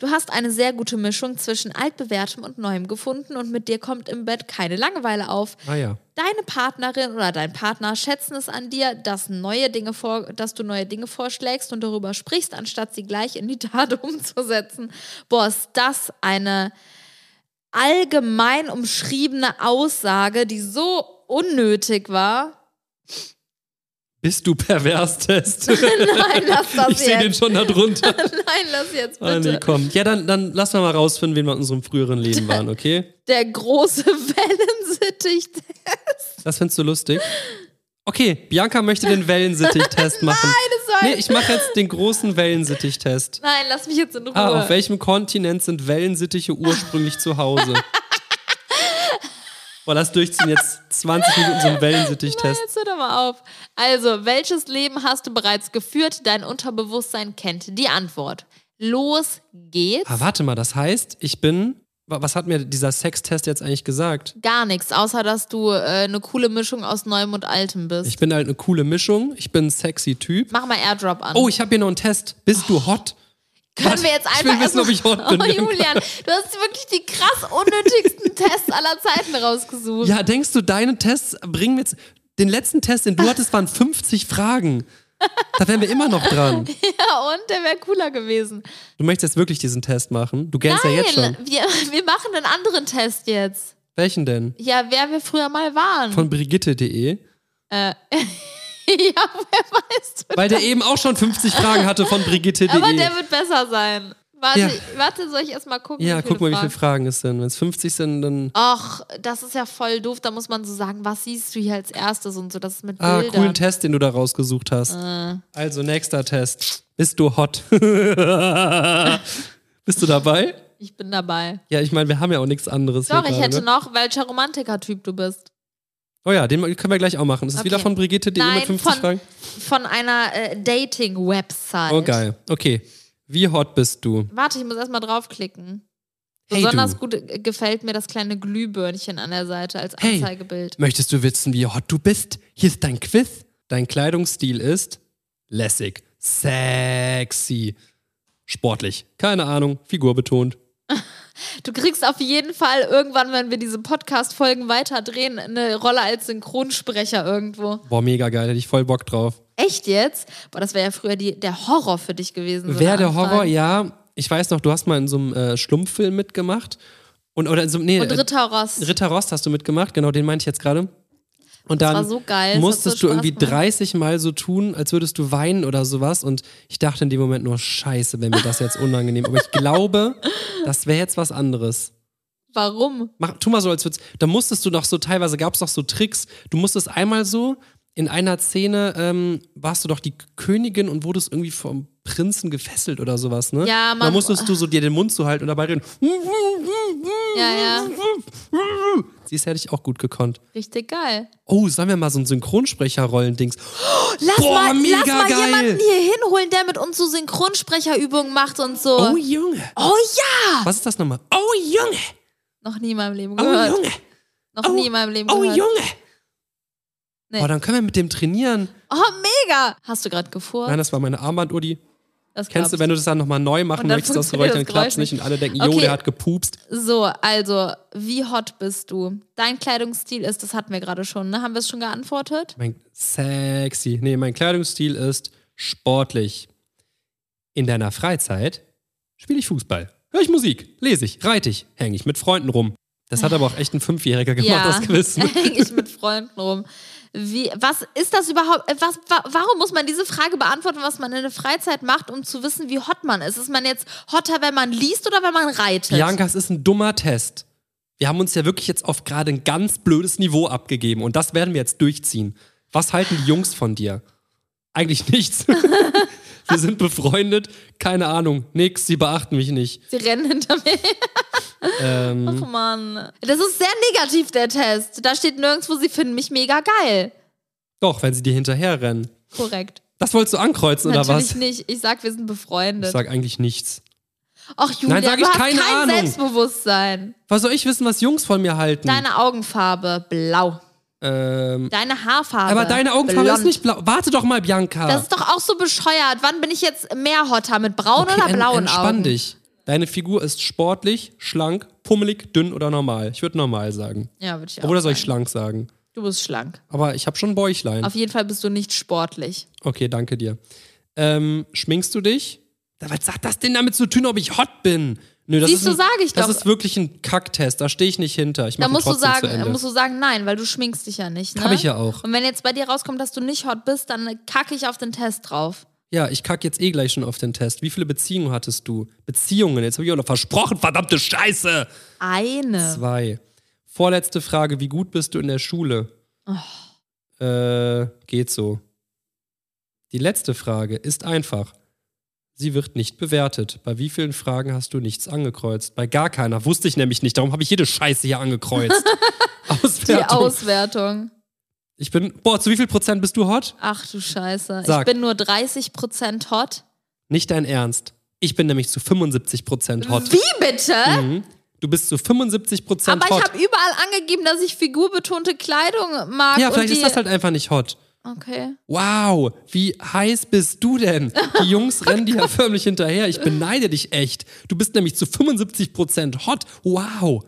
A: Du hast eine sehr gute Mischung zwischen altbewährtem und neuem gefunden und mit dir kommt im Bett keine Langeweile auf.
B: ah ja.
A: Deine Partnerin oder dein Partner schätzen es an dir, dass, neue Dinge vor, dass du neue Dinge vorschlägst und darüber sprichst, anstatt sie gleich in die Tat *laughs* umzusetzen. Boah, ist das eine allgemein umschriebene Aussage, die so unnötig war. *laughs*
B: Bist du pervers-Test?
A: Nein,
B: *laughs*
A: lass das
B: ich sehe den
A: jetzt.
B: schon da drunter.
A: Nein, lass jetzt
B: Ah, nee,
A: *laughs* bitte.
B: komm. Ja, dann, dann lass mal rausfinden, wen wir in unserem früheren Leben waren, okay?
A: Der große *laughs* Wellensittich.
B: Das findest du lustig? Okay, Bianca möchte den Wellensittich-Test machen.
A: das war-
B: nee, ich mache jetzt den großen Wellensittich-Test.
A: Nein, lass mich jetzt in Ruhe.
B: Ah, auf welchem Kontinent sind Wellensittiche ursprünglich zu Hause? Boah, lass durchziehen jetzt 20 Minuten so einen Wellensittich-Test.
A: Jetzt hör doch mal auf. Also, welches Leben hast du bereits geführt? Dein Unterbewusstsein kennt die Antwort. Los geht's.
B: Ah, warte mal, das heißt, ich bin. wa- Was hat mir dieser Sextest jetzt eigentlich gesagt?
A: Gar nichts, außer dass du äh, eine coole Mischung aus Neuem und Altem bist.
B: Ich bin halt eine coole Mischung, ich bin ein sexy Typ.
A: Mach mal Airdrop an.
B: Oh, ich habe hier noch einen Test. Bist du hot?
A: Können wir jetzt
B: ich
A: einfach
B: will wissen, ob ich hot bin.
A: *laughs* Oh, Julian, du hast wirklich die krass
B: *laughs*
A: unnötigsten Tests aller Zeiten rausgesucht.
B: Ja, denkst du, deine Tests bringen mir jetzt. Den letzten Test,
A: Ah.
B: den du hattest, waren 50 Fragen. Da wären wir immer
A: *laughs*
B: noch dran.
A: *laughs* Ja, und der wäre cooler gewesen.
B: Du möchtest jetzt wirklich diesen Test machen? Du gähnst ja jetzt schon.
A: Nein, wir, wir machen einen anderen Test jetzt.
B: Welchen denn?
A: Ja, wer wir früher mal waren.
B: Von Brigitte.de.
A: *laughs* ja, wer weißt du.
B: Weil der eben auch schon 50 Fragen hatte von
A: Aber
B: Brigitte.de.
A: der wird besser sein. Warte,
B: Ja.
A: warte soll ich erst mal gucken?
B: Ja,
A: wie viele
B: guck mal, wie
A: Fragen-
B: viele Fragen es sind. Wenn es 50 sind, dann.
A: Ach, das ist ja voll doof. Da muss man so sagen, was siehst du hier als erstes und so. Das ist mit
B: Ah,
A: Bildern.
B: coolen Test, den du da rausgesucht hast.
A: Ah.
B: Also, nächster Test. Bist du hot? *laughs* Bist du dabei?
A: Ich bin dabei.
B: Ja, ich meine, wir haben ja auch nichts anderes.
A: Doch,
B: hier
A: ich
B: gerade,
A: hätte
B: ne?
A: noch, welcher Romantiker-Typ du bist.
B: Oh ja, den können wir gleich auch machen. Das ist
A: Okay.
B: wieder von Brigitte.de mit
A: Nein,
B: 50
A: von,
B: Fragen.
A: von einer äh, Dating-Website.
B: Oh, geil. Okay. Wie hot bist du?
A: Warte, ich muss erstmal draufklicken.
B: Hey,
A: Besonders
B: du.
A: gut äh, gefällt mir das kleine Glühbirnchen an der Seite als
B: Hey.
A: Anzeigebild.
B: Möchtest du wissen, wie hot du bist? Hier ist dein Quiz. Dein Kleidungsstil ist lässig, sexy, sportlich. Keine Ahnung, Figur betont.
A: Du kriegst auf jeden Fall irgendwann, wenn wir diese Podcast-Folgen weiter drehen, eine Rolle als Synchronsprecher irgendwo.
B: Boah, mega geil, hätte ich voll Bock drauf.
A: Echt jetzt? Boah, das wäre ja früher die, der Horror für dich gewesen. So
B: Wer
A: eine
B: der
A: Anfrage.
B: Horror? Ja, ich weiß noch, du hast mal in so einem äh, Schlumpffilm mitgemacht. Und, oder in so, einem- nee,
A: Und
B: äh,
A: Ritter Ross.
B: Ritter Rost hast du mitgemacht, genau, den meinte ich jetzt gerade. Und
A: Das
B: dann
A: war so geil, das hat
B: musstest
A: so
B: du
A: Spaß
B: irgendwie
A: gemacht.
B: 30 Mal so tun, als würdest du weinen oder sowas. Und ich dachte in dem Moment nur, scheiße, wenn mir das jetzt unangenehm. Aber ich glaube, das wäre jetzt was anderes.
A: Warum?
B: Mach, tu mal so, als würdest Da musstest du doch so, teilweise gab es doch so Tricks. Du musstest einmal so, in einer Szene ähm, warst du doch die Königin und wurdest irgendwie vom Prinzen gefesselt oder sowas, ne?
A: Ja,
B: man. Da
A: man-
B: musstest du so dir den Mund zuhalten und dabei reden.
A: Ja, ja.
B: Siehst, hätte ich auch gut gekonnt.
A: Richtig geil.
B: Oh, sollen wir mal so ein Synchronsprecher-Rollendings?
A: Lass
B: Boah,
A: mal,
B: mega
A: lass mal
B: geil.
A: jemanden hier hinholen, der mit uns so Synchronsprecherübungen macht und so.
B: Oh, Junge.
A: Oh ja!
B: Was ist das nochmal? Oh, Junge.
A: Noch nie in meinem Leben
B: Oh,
A: gehört.
B: Junge.
A: Noch
B: Oh,
A: nie in meinem Leben
B: Oh,
A: gehört.
B: Junge.
A: Nee.
B: Boah, dann können wir mit dem trainieren.
A: Oh, mega! Hast du gerade gefurzt?
B: Nein, das war meine Armbanduhr, die.
A: das
B: Kennst du,
A: Oh. glaubst
B: wenn du das dann nochmal neu machen
A: Und dann
B: möchtest, das
A: funktioniert
B: Geräusch,
A: das
B: dann klappt's
A: Geräusch nicht.
B: nicht und alle denken, jo,
A: Okay.
B: der hat gepupst.
A: So, also, wie hot bist du? Dein Kleidungsstil ist, das hatten wir gerade schon, ne? Haben wir es schon geantwortet?
B: Mein sexy. Nee, mein Kleidungsstil ist sportlich. In deiner Freizeit spiele ich Fußball. Höre ich Musik, lese ich, reite ich, hänge ich mit Freunden rum. Das hat aber auch echt ein Fünfjähriger gemacht, das
A: *laughs*
B: Quiz. ne?
A: häng ich mit Freunden rum. Wie, was ist das überhaupt? äh, Was, wa, warum muss man diese Frage beantworten, was man in der Freizeit macht, um zu wissen, wie hot man ist? Ist man jetzt hotter, wenn man liest oder wenn man reitet?
B: Bianca, es ist ein dummer Test. Wir haben uns ja wirklich jetzt auf gerade ein ganz blödes Niveau abgegeben und das werden wir jetzt durchziehen. Was halten die Jungs von dir? Eigentlich nichts. wir sind befreundet, keine Ahnung, nix, sie beachten mich nicht.
A: Sie rennen hinter mir.
B: Ähm,
A: Ach Mann. Das ist sehr negativ, der Test. Da steht nirgendwo, sie finden mich mega geil.
B: doch, wenn sie dir hinterherrennen.
A: Korrekt.
B: Das wolltest du ankreuzen oder
A: Natürlich
B: was?
A: nicht. Ich sag, wir sind
B: Ich
A: befreundet.
B: sag eigentlich nichts.
A: Ach, Julia,
B: Nein, sag
A: du
B: ich
A: hast
B: keine
A: kein
B: Ahnung. Hm.
A: Selbstbewusstsein.
B: Was soll ich wissen, was Jungs von mir halten?
A: Deine Augenfarbe blau.
B: ähm,
A: Deine Haarfarbe.
B: aber deine Augenfarbe
A: blond.
B: ist nicht blau. Warte doch mal, Bianca.
A: Das ist doch auch so bescheuert. Wann bin ich jetzt mehr hotter? Mit braunen
B: Okay,
A: oder
B: en-
A: blauen
B: entspann
A: Augen?
B: dich. Deine Figur ist sportlich, schlank, pummelig, dünn oder normal. Ich würde normal sagen.
A: Ja, würde ich auch.
B: Oder soll ich
A: sagen.
B: schlank sagen?
A: Du bist schlank.
B: Aber ich habe schon ein Bäuchlein.
A: Auf jeden Fall bist du nicht sportlich.
B: Okay, danke dir. Ähm, schminkst du dich? Da, was hat das denn damit zu tun, ob ich hot bin? Nö, das
A: Siehst
B: ist ein,
A: du, sag ich
B: Das
A: doch.
B: ist wirklich ein Kacktest. Da stehe ich nicht hinter. Ich
A: Da
B: mache
A: musst du,
B: trotzdem zu
A: sagen,
B: Ende.
A: musst du sagen, nein, weil du schminkst dich ja nicht. Ne?
B: Hab ich ja auch.
A: Und wenn jetzt bei dir rauskommt, dass du nicht hot bist, dann kacke ich auf den Test drauf.
B: Ja, ich kack jetzt eh gleich schon auf den Test. Wie viele Beziehungen hattest du? Beziehungen, jetzt habe ich auch noch versprochen, verdammte Scheiße!
A: Eine.
B: Zwei. Vorletzte Frage, wie gut bist du in der Schule? Äh, geht so. Die letzte Frage ist einfach. Sie wird nicht bewertet. Bei wie vielen Fragen hast du nichts angekreuzt? Bei gar keiner. Wusste ich nämlich nicht. Darum habe ich jede Scheiße hier angekreuzt.
A: Die
B: Auswertung.
A: Auswertung.
B: ich bin. Boah, zu wie viel Prozent bist du hot?
A: Ach du Scheiße.
B: Sag.
A: Ich bin nur 30% hot.
B: Nicht dein Ernst. Ich bin nämlich zu 75 Prozent hot.
A: Wie bitte?
B: Mhm. Du bist zu 75 Prozent
A: Aber ich
B: hot.
A: habe überall angegeben, dass ich figurbetonte Kleidung mag.
B: ja, vielleicht
A: und die
B: ist das halt einfach nicht hot.
A: Okay.
B: Wow, wie heiß bist du denn?
A: *laughs*
B: Die
A: Oh
B: Jungs rennen dir ja förmlich hinterher. Ich beneide dich echt. Du bist nämlich zu 75% hot. Wow.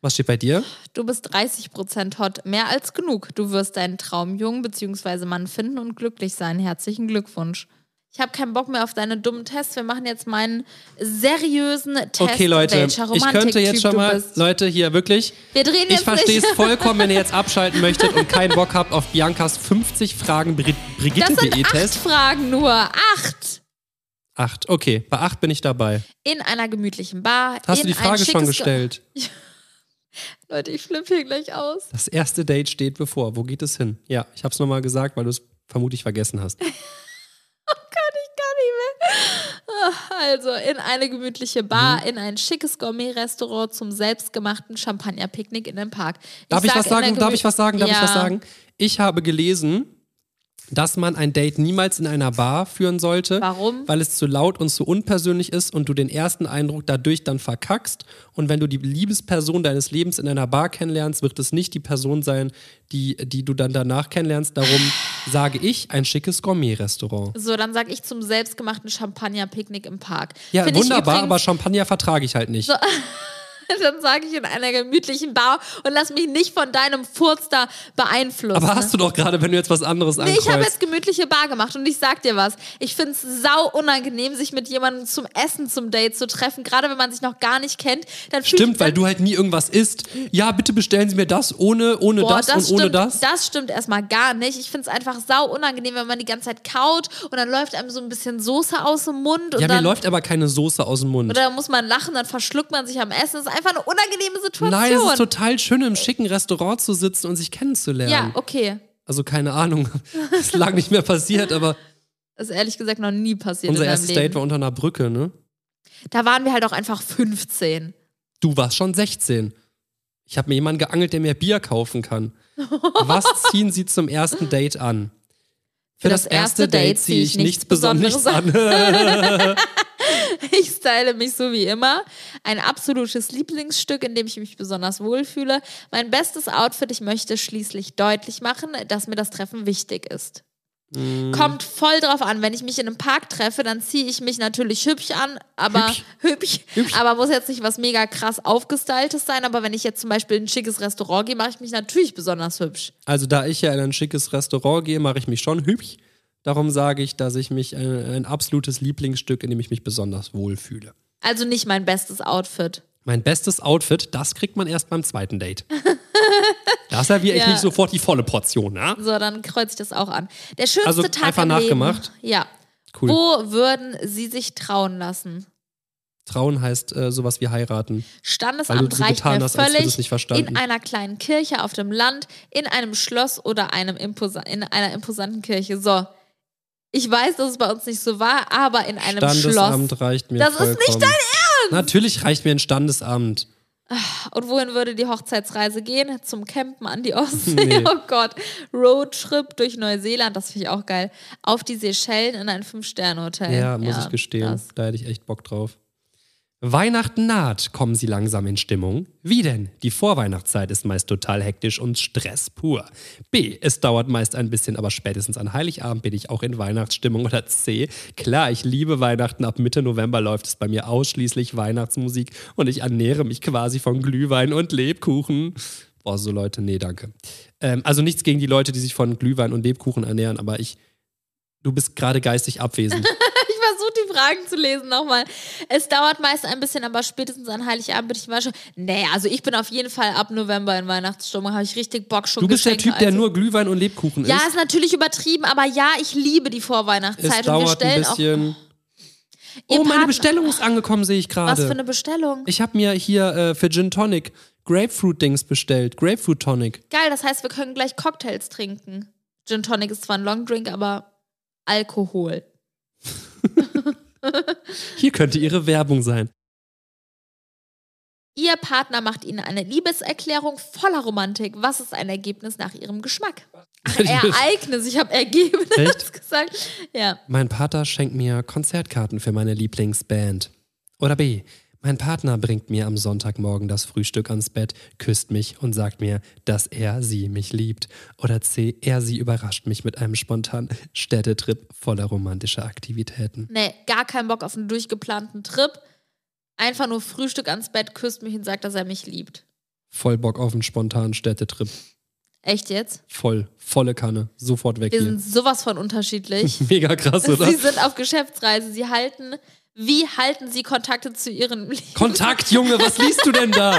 B: Was steht bei dir?
A: Du bist 30% hot, mehr als genug. Du wirst deinen Traumjungen bzw. Mann finden und glücklich sein. Herzlichen Glückwunsch. Ich habe keinen Bock mehr auf deine dummen Tests. Wir machen jetzt meinen seriösen Test.
B: okay, Leute,
A: welcher
B: ich könnte
A: Romantiktyp
B: jetzt schon
A: du
B: mal,
A: bist.
B: Leute, hier wirklich.
A: Wir drehen
B: Ich
A: jetzt
B: verstehe
A: *laughs*
B: es
A: nicht.
B: vollkommen, wenn ihr jetzt abschalten möchtet und keinen Bock habt auf Biancas 50 Fragen
A: Das
B: Bri- E
A: sind acht
B: Brigitte.de-Test.
A: Fragen nur. Acht.
B: Acht. Okay, bei acht bin ich dabei.
A: In einer gemütlichen Bar.
B: Hast
A: in
B: du die
A: ein
B: Frage schon
A: schickes Ge-
B: gestellt?
A: Leute, ich flippe hier gleich aus.
B: Das erste Date steht bevor. Wo geht es hin? Ja, ich hab's nochmal gesagt, weil du es vermutlich vergessen hast.
A: Also in eine gemütliche Bar,
B: Mhm.
A: in ein schickes Gourmet-Restaurant zum selbstgemachten Champagner-Picknick in einem Park.
B: Darf ich,
A: sag
B: was
A: in einer
B: sagen? Darf ich
A: gemüt-
B: was sagen? Darf ich was
A: Ja.
B: sagen? Ich habe gelesen, dass man ein Date niemals in einer Bar führen sollte.
A: Warum?
B: Weil es zu laut und zu unpersönlich ist und du den ersten Eindruck dadurch dann verkackst. Und wenn du die Liebesperson deines Lebens in einer Bar kennenlernst, wird es nicht die Person sein, die, die du dann danach kennenlernst. Darum sage ich ein schickes Gourmet-Restaurant.
A: So, dann sag ich zum selbstgemachten Champagner-Picknick im Park.
B: Ja,
A: Find ich
B: wunderbar, aber
A: übrigens-
B: Champagner vertrage ich halt nicht.
A: *laughs* Dann sage ich in einer gemütlichen Bar und lass mich nicht von deinem Furz da beeinflussen.
B: aber hast du doch gerade, wenn du jetzt was anderes
A: Nee,
B: ankreuzt.
A: ich habe jetzt gemütliche Bar gemacht und ich sag dir was. Ich find's sau unangenehm, sich mit jemandem zum Essen zum Date zu treffen, gerade wenn man sich noch gar nicht kennt. Dann fühlt-
B: Stimmt, weil du halt nie irgendwas isst. Ja, bitte bestellen Sie mir das ohne, ohne
A: Boah,
B: das, und ohne
A: stimmt,
B: das.
A: Das stimmt erstmal gar nicht. Ich find's einfach sau unangenehm, wenn man die ganze Zeit kaut und dann läuft einem so ein bisschen Soße aus dem Mund und
B: ja, mir
A: dann
B: läuft aber keine Soße aus dem Mund.
A: oder muss man lachen, dann verschluckt man sich am Essen. Das ist einfach eine unangenehme Situation.
B: Nein, es ist total schön, im schicken Restaurant zu sitzen und sich
A: ja,
B: kennenzulernen.
A: okay.
B: Also keine Ahnung, *laughs* das ist lang nicht mehr
A: *laughs*
B: passiert, aber
A: Das ist ehrlich gesagt noch nie passiert
B: unser
A: in meinem
B: erstes
A: Leben.
B: Date war unter einer Brücke, ne?
A: da waren wir halt auch einfach 15.
B: Du warst schon 16. Ich habe mir jemanden geangelt, der mir Bier
A: *laughs*
B: kaufen kann. Was ziehen Sie zum ersten Date an? Für,
A: das erste Date
B: ziehe
A: ziehe ich nichts Besonderes
B: an.
A: *laughs* Ich style mich so wie immer. Ein absolutes Lieblingsstück, in dem ich mich besonders wohlfühle. Mein bestes Outfit. Ich möchte schließlich deutlich machen, dass mir das Treffen wichtig ist.
B: Mhm.
A: Kommt voll drauf an. Wenn ich mich in einem Park treffe, dann ziehe ich mich natürlich hübsch an, aber
B: Hübsch.
A: hübsch.
B: Hübsch.
A: aber muss jetzt nicht was mega krass aufgestyltes sein. Aber wenn ich jetzt zum Beispiel in ein schickes Restaurant gehe, mache ich mich natürlich besonders hübsch.
B: Also da ich ja in ein schickes Restaurant gehe, mache ich mich schon hübsch. Darum sage ich, dass ich mich ein, ein absolutes Lieblingsstück, in dem ich mich besonders wohlfühle.
A: Also nicht mein bestes Outfit.
B: Mein bestes Outfit, das kriegt man erst beim
A: *laughs*
B: zweiten Date. Da serviere ich
A: Ja.
B: nicht sofort die volle Portion, ne?
A: So, dann kreuze ich das auch an. Der schönste
B: Also,
A: Tag
B: einfach
A: im
B: nachgemacht?
A: Leben. Ja.
B: Cool.
A: Wo würden Sie sich trauen lassen?
B: Trauen heißt äh, sowas wie heiraten. Weil du
A: Standesamt
B: so
A: reicht
B: getan
A: mir
B: hast, als hättest du es
A: völlig.
B: nicht verstanden.
A: In einer kleinen Kirche auf dem Land, in einem Schloss oder einem imposa in einer imposanten Kirche. So. Ich weiß, dass es bei uns nicht so war, aber in einem
B: Standesamt
A: Schloss.
B: reicht mir.
A: Das ist nicht
B: vollkommen. dein Ernst! Natürlich reicht mir ein Standesamt.
A: Und wohin würde die Hochzeitsreise gehen? Zum Campen an die Ostsee.
B: *laughs* Nee.
A: Oh Gott. Roadtrip durch Neuseeland, das finde ich auch geil. Auf die Seychellen in ein Fünf-Sterne-Hotel.
B: Ja, muss ich gestehen.
A: das.
B: Da hätte ich echt Bock drauf. Weihnachten naht, kommen Sie langsam in Stimmung? Wie denn? Die Vorweihnachtszeit ist meist total hektisch und Stress pur. B. Es dauert meist ein bisschen, aber spätestens an Heiligabend bin ich auch in Weihnachtsstimmung. Oder C. Klar, ich liebe Weihnachten. Ab Mitte November läuft es bei mir ausschließlich Weihnachtsmusik und ich ernähre mich quasi von Glühwein und Lebkuchen. Boah, so Leute, nee, danke. Ähm, also nichts gegen die Leute, die sich von Glühwein und Lebkuchen ernähren, aber ich, du bist gerade geistig abwesend.
A: Ich versuche die Fragen zu lesen nochmal. Es dauert meist ein bisschen, aber spätestens an Heiligabend bin ich mal schon. Nee, also ich bin auf jeden Fall ab November in Weihnachtsstimmung. Habe ich richtig Bock schon
B: Du bist der
A: Geschenke,
B: Typ, der
A: also.
B: nur Glühwein und Lebkuchen
A: Ja,
B: isst.
A: ist natürlich übertrieben, aber ja, ich liebe die
B: Es
A: Vorweihnachtszeit. und halt, wir
B: dauert ein
A: stellen auch.
B: bisschen.
A: Ihr
B: Oh, meine
A: Partner-
B: Bestellung ist angekommen, sehe ich
A: Was für
B: gerade.
A: eine Bestellung?
B: Ich habe mir hier äh, für Gin Tonic Grapefruit-Dings bestellt. Grapefruit-Tonic.
A: Geil, das heißt, wir können gleich Cocktails trinken. Gin Tonic ist zwar ein Long Drink, aber Alkohol.
B: Hier könnte ihre Werbung sein.
A: Ihr Partner macht ihnen eine Liebeserklärung voller Romantik. Was ist ein Ergebnis nach ihrem Geschmack? Ach,
B: *laughs*
A: Ereignis, ich habe *laughs* Ergebnis
B: Echt?
A: gesagt. Ja.
B: Mein Pater schenkt mir Konzertkarten für meine Lieblingsband. Oder B. Mein Partner bringt mir am Sonntagmorgen das Frühstück ans Bett, küsst mich und sagt mir, dass er sie mich liebt. Oder C. Er sie überrascht mich mit einem spontanen Städtetrip voller romantischer Aktivitäten.
A: Nee, gar keinen Bock auf einen durchgeplanten Trip. Einfach nur Frühstück ans Bett, küsst mich und sagt, dass er mich liebt.
B: Voll Bock auf einen spontanen Städtetrip.
A: Echt jetzt?
B: Voll, volle Kanne, sofort weg
A: Wir
B: hier.
A: sind sowas von
B: *laughs*
A: unterschiedlich. *laughs*
B: Mega krass, oder?
A: Sie sind auf Geschäftsreise. Sie halten, wie halten Sie Kontakte zu Ihren *laughs* Lieben?
B: Kontakt, Junge, was liest du denn da?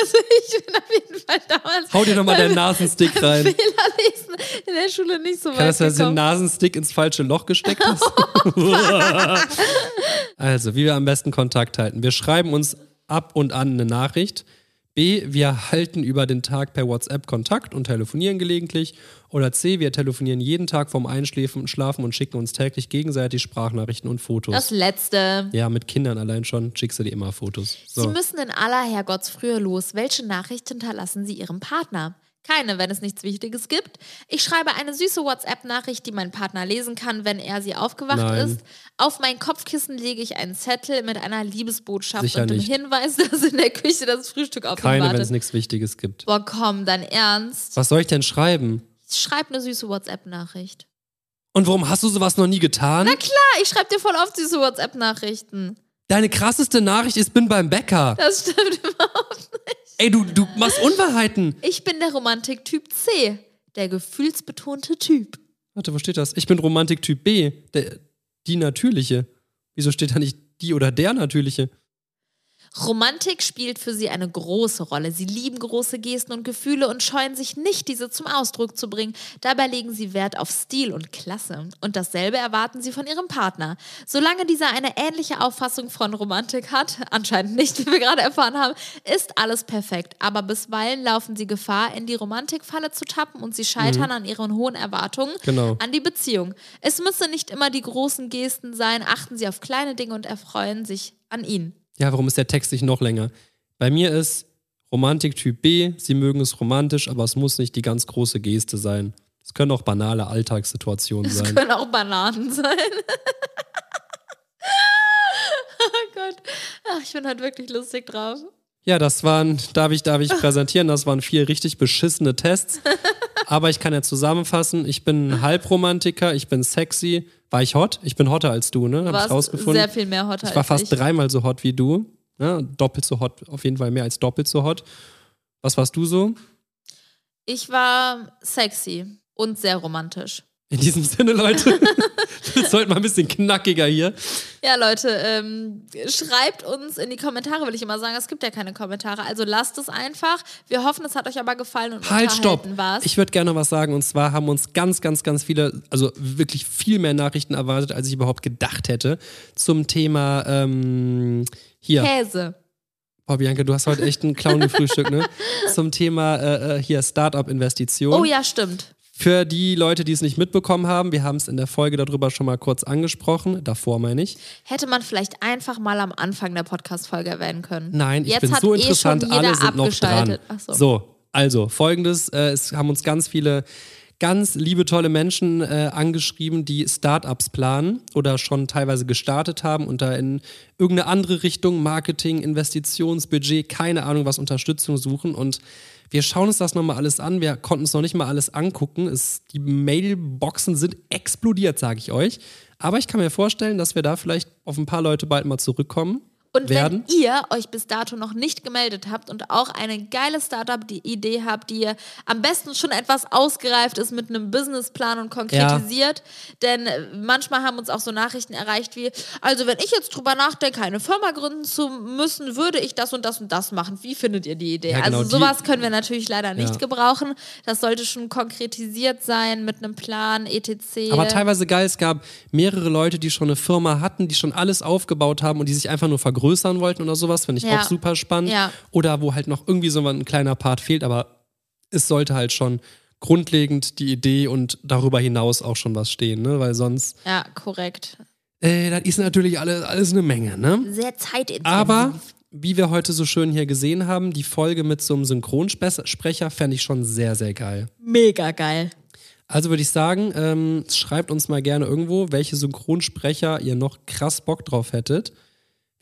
A: Also ich bin auf jeden Fall damals
B: Hau dir doch mal
A: beim- *laughs*
B: deinen Nasenstick rein.
A: Fehlerlesen in der Schule nicht so
B: Kann
A: weit
B: das sein, dass du
A: gekommen.
B: den Nasenstick ins falsche Loch gesteckt hast?
A: *laughs*
B: *laughs* also, wie wir am besten Kontakt halten. Wir schreiben uns ab und an eine Nachricht. B, wir halten über den Tag per WhatsApp Kontakt und telefonieren gelegentlich. Oder C, wir telefonieren jeden Tag vorm Einschlafen schlafen und schicken uns täglich gegenseitig Sprachnachrichten und Fotos.
A: Das letzte.
B: ja, mit Kindern allein schon schickst du dir immer Fotos.
A: Sie
B: So.
A: müssen in aller Herrgottsfrühe los. Welche Nachricht hinterlassen Sie Ihrem Partner? Keine, wenn es nichts Wichtiges gibt. Ich schreibe eine süße WhatsApp-Nachricht, die mein Partner lesen kann, wenn er sie aufgewacht
B: Nein.
A: ist. Auf mein Kopfkissen lege ich einen Zettel mit einer Liebesbotschaft
B: Sicher
A: und dem
B: nicht.
A: Hinweis, *laughs* dass in der Küche das Frühstück auf ihn
B: Keine, wenn es
A: wartet.
B: nichts Wichtiges gibt.
A: Boah, komm, dein Ernst.
B: Was soll ich denn schreiben?
A: Schreib eine süße WhatsApp-Nachricht.
B: Und warum hast du sowas noch nie getan?
A: Klar, ich schreibe dir voll oft süße WhatsApp-Nachrichten.
B: Deine krasseste Nachricht ist, bin beim Bäcker.
A: Das stimmt überhaupt nicht.
B: Ey, du, du machst Unwahrheiten.
A: Ich bin der Romantik-Typ C, der gefühlsbetonte Typ.
B: Warte, wo steht das? Ich bin Romantiktyp B, der, die natürliche. Wieso steht da nicht die oder der natürliche?
A: Romantik spielt für sie eine große Rolle. Sie lieben große Gesten und Gefühle und scheuen sich nicht, diese zum Ausdruck zu bringen. Dabei legen sie Wert auf Stil und Klasse. Und dasselbe erwarten sie von ihrem Partner. Solange dieser eine ähnliche Auffassung von Romantik hat, anscheinend nicht, wie wir gerade erfahren haben, ist alles perfekt. Aber bisweilen laufen sie Gefahr, in die Romantikfalle zu tappen und sie scheitern an ihren hohen Erwartungen
B: Genau.
A: an die Beziehung. Es müssen nicht immer die großen Gesten sein. Achten sie auf kleine Dinge und erfreuen sich an ihnen.
B: Ja, warum ist der Text nicht noch länger? Bei mir ist Romantiktyp B, sie mögen es romantisch, aber es muss nicht die ganz große Geste sein. Es können auch banale Alltagssituationen
A: Das
B: sein.
A: können auch Bananen sein. oh Gott. Ach, ich bin halt wirklich lustig drauf.
B: Ja, das waren, darf
A: *laughs*
B: ich, darf ich präsentieren, das waren vier richtig beschissene Tests. Aber ich kann ja zusammenfassen, ich bin ein Halbromantiker, ich bin sexy. War ich hot? Ich bin hotter als du, ne? Hab ich
A: Warst
B: rausgefunden.
A: sehr viel mehr hotter
B: Ich war fast
A: als ich.
B: dreimal so hot wie du. Ne? Doppelt so hot, auf jeden Fall mehr als doppelt so hot. Was warst du so?
A: Ich war sexy und sehr romantisch.
B: In diesem Sinne, Leute,
A: *laughs*
B: das sollte mal ein bisschen knackiger hier.
A: Ja, Leute, ähm, schreibt uns in die Kommentare, will ich immer sagen. Es gibt ja keine Kommentare. Also lasst es einfach. Wir hoffen, es hat euch aber gefallen und
B: Halt, stopp.
A: unterhalten war's.
B: Ich würde gerne noch was sagen. Und zwar haben uns ganz, ganz, ganz viele, also wirklich viel mehr Nachrichten erwartet, als ich überhaupt gedacht hätte, zum Thema ähm, hier.
A: Käse.
B: Boah, Bianca, du hast heute echt einen Clown
A: *laughs*
B: gefrühstückt, ne? Zum Thema äh, äh, hier Startup-Investition.
A: Oh ja, stimmt.
B: Für die Leute, die es nicht mitbekommen haben, wir haben es in der Folge darüber schon mal kurz angesprochen. Davor meine ich.
A: Hätte man vielleicht einfach mal am Anfang der Podcast-Folge erwähnen können.
B: Nein, ich
A: Jetzt
B: bin
A: hat
B: so
A: eh
B: interessant,
A: schon jeder
B: alle sind noch dran.
A: abgeschaltet. Ach so.
B: also folgendes, äh, es haben uns ganz viele ganz liebe, tolle Menschen äh, angeschrieben, die Startups planen oder schon teilweise gestartet haben und da in irgendeine andere Richtung, Marketing, Investitionsbudget, keine Ahnung was, Unterstützung suchen und wir schauen uns das nochmal alles an. Wir konnten uns noch nicht mal alles angucken. Es, die Mailboxen sind explodiert, sage ich euch. Aber ich kann mir vorstellen, dass wir da vielleicht auf ein paar Leute bald mal zurückkommen
A: Und
B: werden.
A: wenn ihr euch bis dato noch nicht gemeldet habt und auch eine geile Startup-Idee habt, die ihr am besten schon etwas ausgereift ist mit einem Businessplan und konkretisiert, denn äh, manchmal haben uns auch so Nachrichten erreicht wie, also wenn ich jetzt drüber nachdenke, eine Firma gründen zu müssen, würde ich das und das und das machen. Wie findet ihr die Idee?
B: Ja, genau,
A: also
B: die-
A: sowas können wir natürlich leider nicht
B: Ja.
A: gebrauchen. Das sollte schon konkretisiert sein mit einem Plan, etc.
B: Aber teilweise geil, es gab mehrere Leute, die schon eine Firma hatten, die schon alles aufgebaut haben und die sich einfach nur vergrößern wollten oder sowas, finde ich
A: Ja.
B: auch super spannend.
A: Ja.
B: Oder wo halt noch irgendwie so ein kleiner Part fehlt, aber es sollte halt schon grundlegend die Idee und darüber hinaus auch schon was stehen, ne? Weil sonst,
A: Ja, korrekt.
B: äh, das ist natürlich alles, alles eine Menge, ne?
A: Sehr zeitintensiv.
B: Aber wie wir heute so schön hier gesehen haben, die Folge mit so einem Synchronsprecher fände ich schon sehr, sehr geil.
A: Mega geil.
B: Also würde ich sagen, ähm, schreibt uns mal gerne irgendwo, welche Synchronsprecher ihr noch krass Bock drauf hättet.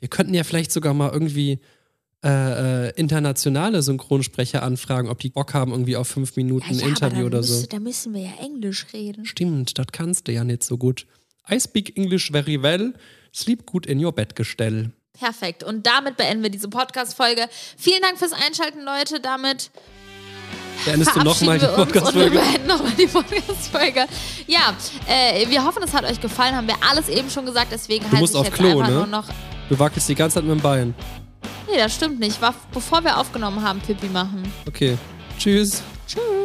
B: Wir könnten ja vielleicht sogar mal irgendwie äh, äh, internationale Synchronsprecher anfragen, ob die Bock haben, irgendwie auf fünf Minuten
A: Ja, ja,
B: Interview
A: aber dann
B: oder so.
A: müsste- Da müssen wir ja Englisch reden.
B: Stimmt, das kannst du ja nicht so gut. I speak English very well. Sleep good in your Bettgestell.
A: Perfekt. Und damit beenden wir diese Podcast-Folge. Vielen Dank fürs Einschalten, Leute. Damit *laughs*
B: Beendest du nochmal die
A: wir uns und wir
B: Podcast-Folge?
A: beenden nochmal die Podcast-Folge. Ja, äh, wir hoffen, es hat euch gefallen. Haben wir alles eben schon gesagt. Deswegen halte
B: musst
A: ich
B: auf
A: jetzt
B: Klo,
A: einfach
B: ne?
A: nur noch...
B: Du wackelst die ganze Zeit mit dem Bein.
A: Nee, das stimmt nicht. War, bevor wir aufgenommen haben, Pipi machen.
B: Okay. Tschüss.
A: Tschüss.